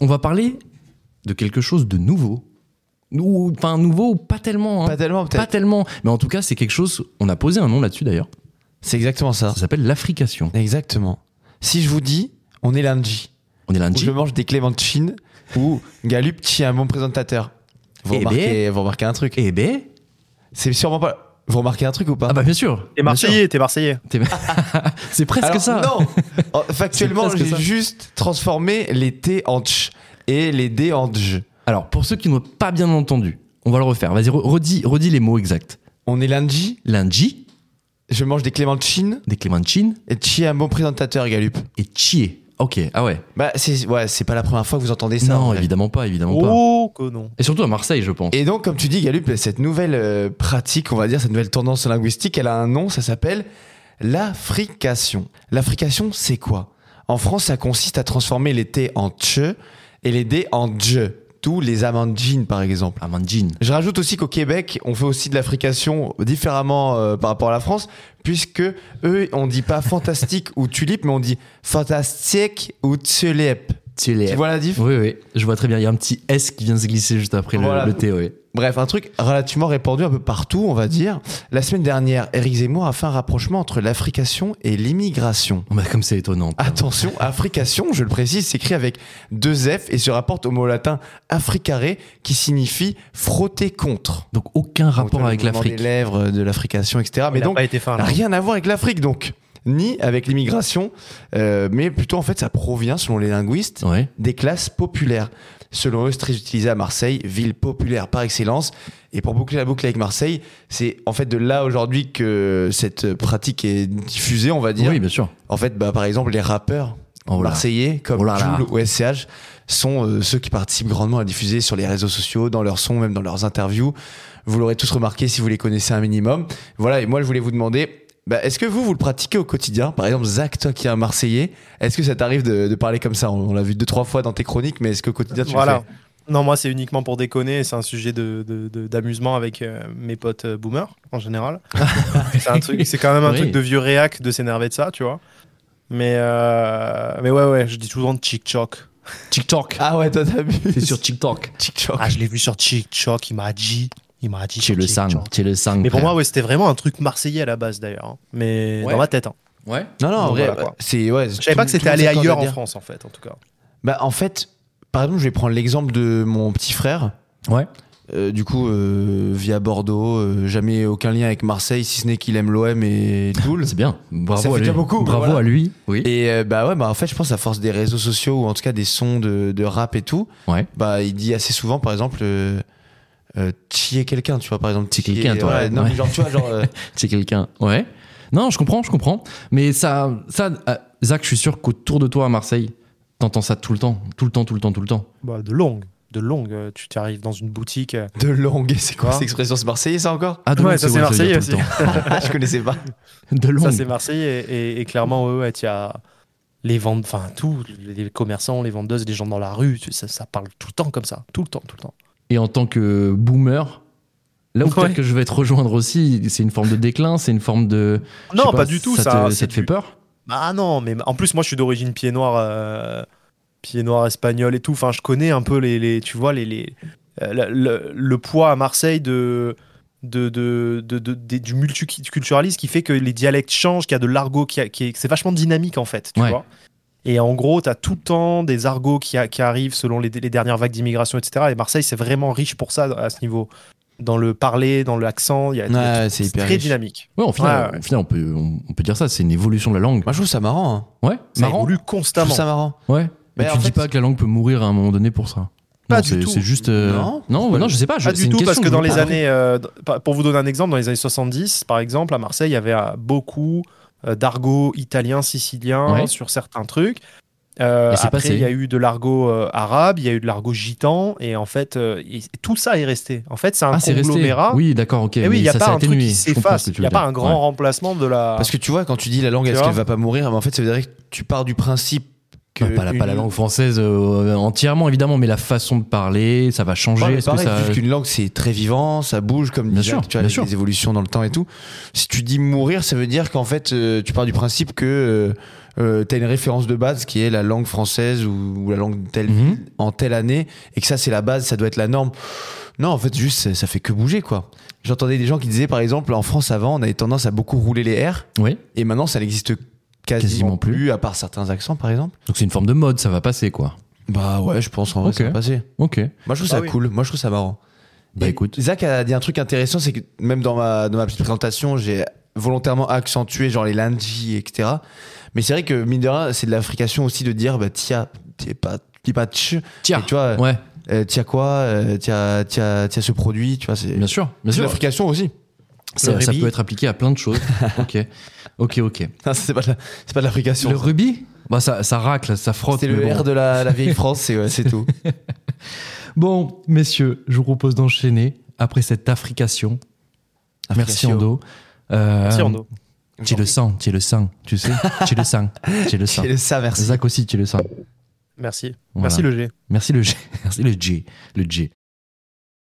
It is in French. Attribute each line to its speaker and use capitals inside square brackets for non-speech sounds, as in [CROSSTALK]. Speaker 1: on va parler de quelque chose de nouveau. Ou- Enfin, nouveau, pas tellement. hein.
Speaker 2: Pas tellement,
Speaker 1: Pas
Speaker 2: peut-être.
Speaker 1: tellement. Mais en tout cas, c'est quelque chose. On a posé un nom là-dessus d'ailleurs.
Speaker 2: C'est exactement ça.
Speaker 1: Ça s'appelle l'Africation.
Speaker 2: Exactement. Si je vous dis, on est lundi,
Speaker 1: On est
Speaker 2: où
Speaker 1: lundi.
Speaker 2: je mange des clémentines, ou Galup qui est un bon présentateur. Vous
Speaker 1: Eh
Speaker 2: remarquez, vous remarquez un truc.
Speaker 1: Eh ben.
Speaker 2: C'est sûrement pas. Vous remarquez un truc ou pas
Speaker 1: Ah bah bien sûr.
Speaker 3: T'es
Speaker 1: bien sûr.
Speaker 3: Marseillais, t'es Marseillais.
Speaker 1: T'es- [LAUGHS] c'est presque
Speaker 2: Alors,
Speaker 1: ça.
Speaker 2: Non
Speaker 1: [LAUGHS]
Speaker 2: Oh, Factuellement,
Speaker 1: C'est presque
Speaker 2: j'ai
Speaker 1: ça.
Speaker 2: juste transformé les T en tch et les D en dj.
Speaker 1: Alors, pour ceux qui n'ont pas bien entendu, on va le refaire. Vas-y, re- redis, redis les mots exacts.
Speaker 2: On est lundi,
Speaker 1: Lundi,
Speaker 2: je mange des clémentines,
Speaker 1: des clémentines
Speaker 2: et tch est un bon présentateur, Galup.
Speaker 1: et chier. Ok, ah ouais.
Speaker 2: Bah, c'est ouais, c'est pas la première fois que vous entendez ça. en
Speaker 1: non,
Speaker 2: vrai.
Speaker 1: évidemment pas, évidemment pas.
Speaker 3: Oh, que non.
Speaker 1: Et surtout à Marseille, je pense.
Speaker 2: Et donc, comme tu dis, Galup, cette nouvelle euh, pratique, on va dire, cette nouvelle tendance linguistique, elle a un nom, ça s'appelle l'africation. L'africation, c'est quoi En France, ça consiste à transformer les T en tche et les D en dje. Tous les amandines, par exemple.
Speaker 1: Amandine.
Speaker 2: Je rajoute aussi qu'au Québec, on fait aussi de l'africation différemment euh, par rapport à la France, puisque eux, on dit pas fantastique ou tulipe, mais on dit fantastique ou tulip.
Speaker 1: Tu l'es.
Speaker 2: Tu vois la diff
Speaker 1: Oui, oui, je vois très bien. Il y a un petit S qui vient se glisser juste après le-
Speaker 2: Voilà.
Speaker 1: le, T, ouais.
Speaker 2: Bref, un truc relativement répandu un peu partout, on va dire. La semaine dernière, Éric Zemmour a fait un rapprochement entre l'africation et l'immigration.
Speaker 1: Oh, bah, comme c'est étonnant.
Speaker 2: Attention, africation, je le précise, s'écrit avec deux F et se rapporte au mot latin africare qui signifie frotter contre.
Speaker 1: Donc, aucun
Speaker 2: Donc,
Speaker 1: rapport
Speaker 2: le
Speaker 1: avec
Speaker 2: mouvement
Speaker 1: l'Afrique.
Speaker 2: Des lèvres, de l'africation, etc. Mais
Speaker 3: Il a
Speaker 2: donc,
Speaker 3: pas été fin. là.
Speaker 2: rien à voir avec l'Afrique, donc. Ni avec l'immigration, euh, mais plutôt en fait, ça provient, selon les linguistes,
Speaker 1: Ouais.
Speaker 2: des classes populaires. Selon eux, c'est très utilisé à Marseille, ville populaire par excellence. Et pour boucler la boucle avec Marseille, c'est en fait de là aujourd'hui que cette pratique est diffusée, on va dire.
Speaker 1: Oui, bien sûr.
Speaker 2: En fait, bah, par exemple, les rappeurs
Speaker 1: Oh là.
Speaker 2: marseillais comme
Speaker 1: Oh là là.
Speaker 2: Jul ou SCH sont euh, ceux qui participent grandement à diffuser sur les réseaux sociaux, dans leurs sons, même dans leurs interviews. Vous l'aurez tous remarqué si vous les connaissez un minimum. Voilà, et moi je voulais vous demander, bah, est-ce que vous, vous le pratiquez au quotidien Par exemple, Zach, toi qui es un Marseillais, est-ce que ça t'arrive de, de parler comme ça On, on l'a vu deux, trois fois dans tes chroniques, mais est-ce qu'au quotidien tu le
Speaker 3: Voilà.
Speaker 2: fais
Speaker 3: Non, moi, c'est uniquement pour déconner. et C'est un sujet de- de- de- d'amusement avec euh, mes potes euh, boomers, en [LAUGHS] général. c'est un truc- c'est quand même un
Speaker 1: Oui.
Speaker 3: truc de vieux réac de s'énerver de ça, tu vois. Mais, euh, mais ouais, ouais, je dis souvent chic-choc.
Speaker 1: TikTok.
Speaker 2: Ah ouais, toi t'as vu
Speaker 1: [LAUGHS] C'est sur
Speaker 2: [LAUGHS]
Speaker 1: TikTok.
Speaker 2: TikTok.
Speaker 3: Ah, je l'ai vu sur chic-choc, il m'a dit. Il m'a dit.
Speaker 1: Chez
Speaker 3: sur
Speaker 1: le
Speaker 3: Chic Choc.
Speaker 1: sang. Chez le sang.
Speaker 3: Mais pour
Speaker 1: frère.
Speaker 3: moi, ouais, c'était vraiment un truc marseillais à la base, d'ailleurs. hein. Mais
Speaker 1: Ouais.
Speaker 3: dans ma tête. hein.
Speaker 1: Ouais.
Speaker 2: Non, non, en
Speaker 3: Donc
Speaker 2: vrai,
Speaker 3: voilà, quoi.
Speaker 2: c'est. Ouais,
Speaker 3: Je savais pas que c'était allé ailleurs en France, en fait, en tout cas.
Speaker 2: Bah, en fait, par exemple, je vais prendre l'exemple de mon petit frère.
Speaker 1: Ouais.
Speaker 2: Euh, du coup, euh, via Bordeaux, euh, jamais aucun lien avec Marseille, si ce n'est qu'il aime l'OM et
Speaker 1: [LAUGHS]
Speaker 2: Toul.
Speaker 1: C'est bien. Bravo
Speaker 2: Ça
Speaker 1: à
Speaker 2: fait
Speaker 1: lui.
Speaker 2: déjà beaucoup,
Speaker 1: Bravo
Speaker 2: voilà.
Speaker 1: à lui. Oui.
Speaker 2: Et euh, bah ouais, bah en fait, je pense à force des réseaux sociaux ou en tout cas des sons de, de rap et tout,
Speaker 1: Ouais.
Speaker 2: bah il dit assez souvent, par exemple, euh, euh, chier quelqu'un, tu vois, par exemple,
Speaker 1: Chier
Speaker 2: chier-
Speaker 1: quelqu'un, toi,
Speaker 2: voilà,
Speaker 1: ouais.
Speaker 2: non, mais
Speaker 1: Ouais.
Speaker 2: genre, tu vois, genre, euh,
Speaker 1: C'est quelqu'un. Ouais. Non, je comprends, je comprends. Mais ça, ça, euh, Zach, je suis sûr qu'autour de toi à Marseille, t'entends ça tout le temps, tout le temps, tout le temps, tout le temps.
Speaker 3: Bah, de longue. De longue. euh, Tu tu arrives dans une boutique. euh,
Speaker 2: de longue, c'est quoi
Speaker 3: Quoi
Speaker 2: cette expression C'est marseillais, ça [LAUGHS] encore
Speaker 1: Ah, de
Speaker 3: Ouais,
Speaker 1: longue,
Speaker 3: ça, c'est
Speaker 1: vrai, veut dire tout
Speaker 3: marseillais
Speaker 1: le
Speaker 3: aussi.
Speaker 1: temps.
Speaker 2: Ah, Je connaissais pas.
Speaker 1: De longue.
Speaker 3: Ça, c'est Marseillais. Et, et- et clairement, ouais, ouais, il y a les ventes, enfin, tout, les commerçants, les vendeuses, les gens dans la rue, tu- ça, ça parle tout le temps comme ça. Tout le temps, tout le temps.
Speaker 1: Et en tant que boomer, là où
Speaker 3: Ouais.
Speaker 1: peut-être que je vais te rejoindre aussi, c'est une forme de déclin, c'est une forme de. je sais
Speaker 3: Non, pas, du tout. Ça, hein,
Speaker 1: te,
Speaker 3: c'est
Speaker 1: ça te fait
Speaker 3: du-
Speaker 1: peur
Speaker 3: Ah non, mais en plus, moi, je suis d'origine pied noir, euh, pied noir espagnol et tout. Enfin, je connais un peu les, les- tu vois, les, les- euh, le, le- le poids à Marseille de. De, de- de- de- des- du multiculturalisme qui fait que les dialectes changent, qu'il y a de l'argot, qui, qui est- c'est vachement dynamique en fait, tu
Speaker 1: Ouais.
Speaker 3: vois. Et en gros, tu as tout le temps des argots qui, a- qui arrivent selon les, les dernières vagues d'immigration, etc. Et Marseille, c'est vraiment riche pour ça à ce niveau. Dans le parler, dans l'accent, il y a, il y a
Speaker 2: Ouais, c'est
Speaker 3: tout- c'est
Speaker 2: hyper
Speaker 3: très
Speaker 2: riche.
Speaker 3: dynamique.
Speaker 1: Ouais, au final,
Speaker 3: Ouais, ouais.
Speaker 1: au final, on, peut, on, on peut dire ça, c'est une évolution de la langue.
Speaker 2: Moi, je trouve ça marrant. hein.
Speaker 1: Ouais,
Speaker 3: Ça
Speaker 1: marrant.
Speaker 3: évolue
Speaker 2: Je trouve
Speaker 3: constamment.
Speaker 2: ça marrant.
Speaker 1: Ouais.
Speaker 2: Mais
Speaker 1: Mais tu
Speaker 2: en
Speaker 1: dis
Speaker 2: fait-
Speaker 1: pas que la langue peut mourir à un moment donné pour ça.
Speaker 3: Pas
Speaker 1: non,
Speaker 3: du
Speaker 1: c'est-
Speaker 3: tout.
Speaker 1: C'est juste. euh,
Speaker 2: Non.
Speaker 1: non, bah non, je sais pas. je-
Speaker 3: Pas
Speaker 1: c'est
Speaker 3: du
Speaker 1: une
Speaker 3: tout, parce
Speaker 1: question Ah,
Speaker 3: que dans
Speaker 1: je
Speaker 3: les
Speaker 1: pose.
Speaker 3: années, euh, d- pas- pour vous donner un exemple, dans les années 70, par exemple, à Marseille, il y avait euh, beaucoup euh, d'argot italien, sicilien
Speaker 1: Ouais.
Speaker 3: sur certains trucs. Euh,
Speaker 1: Et c'est
Speaker 3: après,
Speaker 1: passé.
Speaker 3: il y a eu de l'argot euh, arabe, il y a eu de l'argot gitan, et en fait, euh, et- et tout ça est resté. En fait, c'est un
Speaker 1: Ah, c'est resté.
Speaker 3: conglomérat.
Speaker 1: Oui, d'accord, ok.
Speaker 3: et oui, il
Speaker 1: mais
Speaker 3: n'y a
Speaker 1: ça
Speaker 3: pas
Speaker 1: s'est
Speaker 3: un truc
Speaker 1: atténué,
Speaker 3: qui
Speaker 1: je comprends
Speaker 3: s'efface.
Speaker 1: ce que tu
Speaker 3: Il n'y a
Speaker 1: veux dire.
Speaker 3: pas un grand
Speaker 1: Ouais.
Speaker 3: remplacement de la.
Speaker 2: Parce que tu vois, quand tu dis la langue,
Speaker 3: Ah. Tu
Speaker 2: est-ce
Speaker 3: vois
Speaker 2: qu'elle va pas mourir Mais En fait, ça veut dire que tu pars du principe que.
Speaker 1: Bah, pas, la, pas la
Speaker 2: une-
Speaker 1: langue française euh, entièrement, évidemment, mais la façon de parler, ça va changer.
Speaker 2: Ouais, mais
Speaker 1: est-ce que
Speaker 2: pareil,
Speaker 1: ça...
Speaker 2: vu qu'une langue c'est très vivant, ça bouge comme
Speaker 1: Bien
Speaker 2: disait,
Speaker 1: sûr,
Speaker 2: tu
Speaker 1: bien
Speaker 2: as
Speaker 1: sûr.
Speaker 2: des évolutions dans le temps et tout. Si tu dis mourir, ça veut dire qu'en fait euh, tu pars du principe que euh, euh, t'as une référence de base qui est la langue française ou, ou la langue de telle
Speaker 1: Mhm.
Speaker 2: ville en telle année, et que ça c'est la base, ça doit être la norme. Non, en fait, juste ça, ça fait que bouger quoi. J'entendais des gens qui disaient par exemple en France avant, on avait tendance à beaucoup rouler les R,
Speaker 1: Oui.
Speaker 2: et maintenant ça n'existe quasiment,
Speaker 1: Quasiment plus.
Speaker 2: plus. à part certains accents par exemple.
Speaker 1: Donc c'est une forme de mode, ça va passer quoi.
Speaker 2: Bah ouais, je pense en vrai
Speaker 1: Ok.
Speaker 2: ça va passer.
Speaker 1: Ok.
Speaker 2: Moi je trouve
Speaker 3: Ah
Speaker 2: ça
Speaker 3: oui.
Speaker 2: cool, moi je trouve ça marrant.
Speaker 1: Bah
Speaker 2: Et
Speaker 1: écoute.
Speaker 2: Zach a dit un truc intéressant, c'est que même dans ma, dans ma petite présentation, j'ai volontairement accentué genre les lundis, etc. Mais c'est vrai que mine de rien, c'est de l'affrication aussi de dire bah tiens, t'es pas t'es pas tch.
Speaker 1: Tiens.
Speaker 2: Et tu vois,
Speaker 1: Ouais,
Speaker 2: euh, tiens quoi, euh, tiens tiens tiens ce produit, tu vois, c'est
Speaker 1: bien sûr. Bien
Speaker 2: c'est de
Speaker 1: sûr.
Speaker 2: l'affrication aussi.
Speaker 1: Ça,
Speaker 2: le
Speaker 1: ça
Speaker 2: rugby.
Speaker 1: peut être appliqué à plein de [LAUGHS] choses. ok. Ok, ok.
Speaker 2: [LAUGHS] Non, c'est pas de la- c'est pas de l'affrication.
Speaker 1: Le rubis bah, ça, ça racle, ça frotte.
Speaker 2: C'est
Speaker 1: mais
Speaker 2: le
Speaker 1: bon.
Speaker 2: R de la, la vieille France, c'est ouais, c'est
Speaker 1: [LAUGHS]
Speaker 2: tout.
Speaker 1: Bon, messieurs, je vous propose d'enchaîner après cette affrication. Merci
Speaker 2: Affrication.
Speaker 1: Ando. Euh,
Speaker 3: Merci, Arnaud.
Speaker 1: Tu le sens, tu le sens, tu sais, tu le sens, [LAUGHS] tu le sens.
Speaker 2: C'est ça, merci.
Speaker 1: Zach aussi, tu le sens.
Speaker 3: Merci.
Speaker 1: Voilà. [LAUGHS]
Speaker 3: Merci, le G.
Speaker 1: Merci le G. Merci le G. Le G.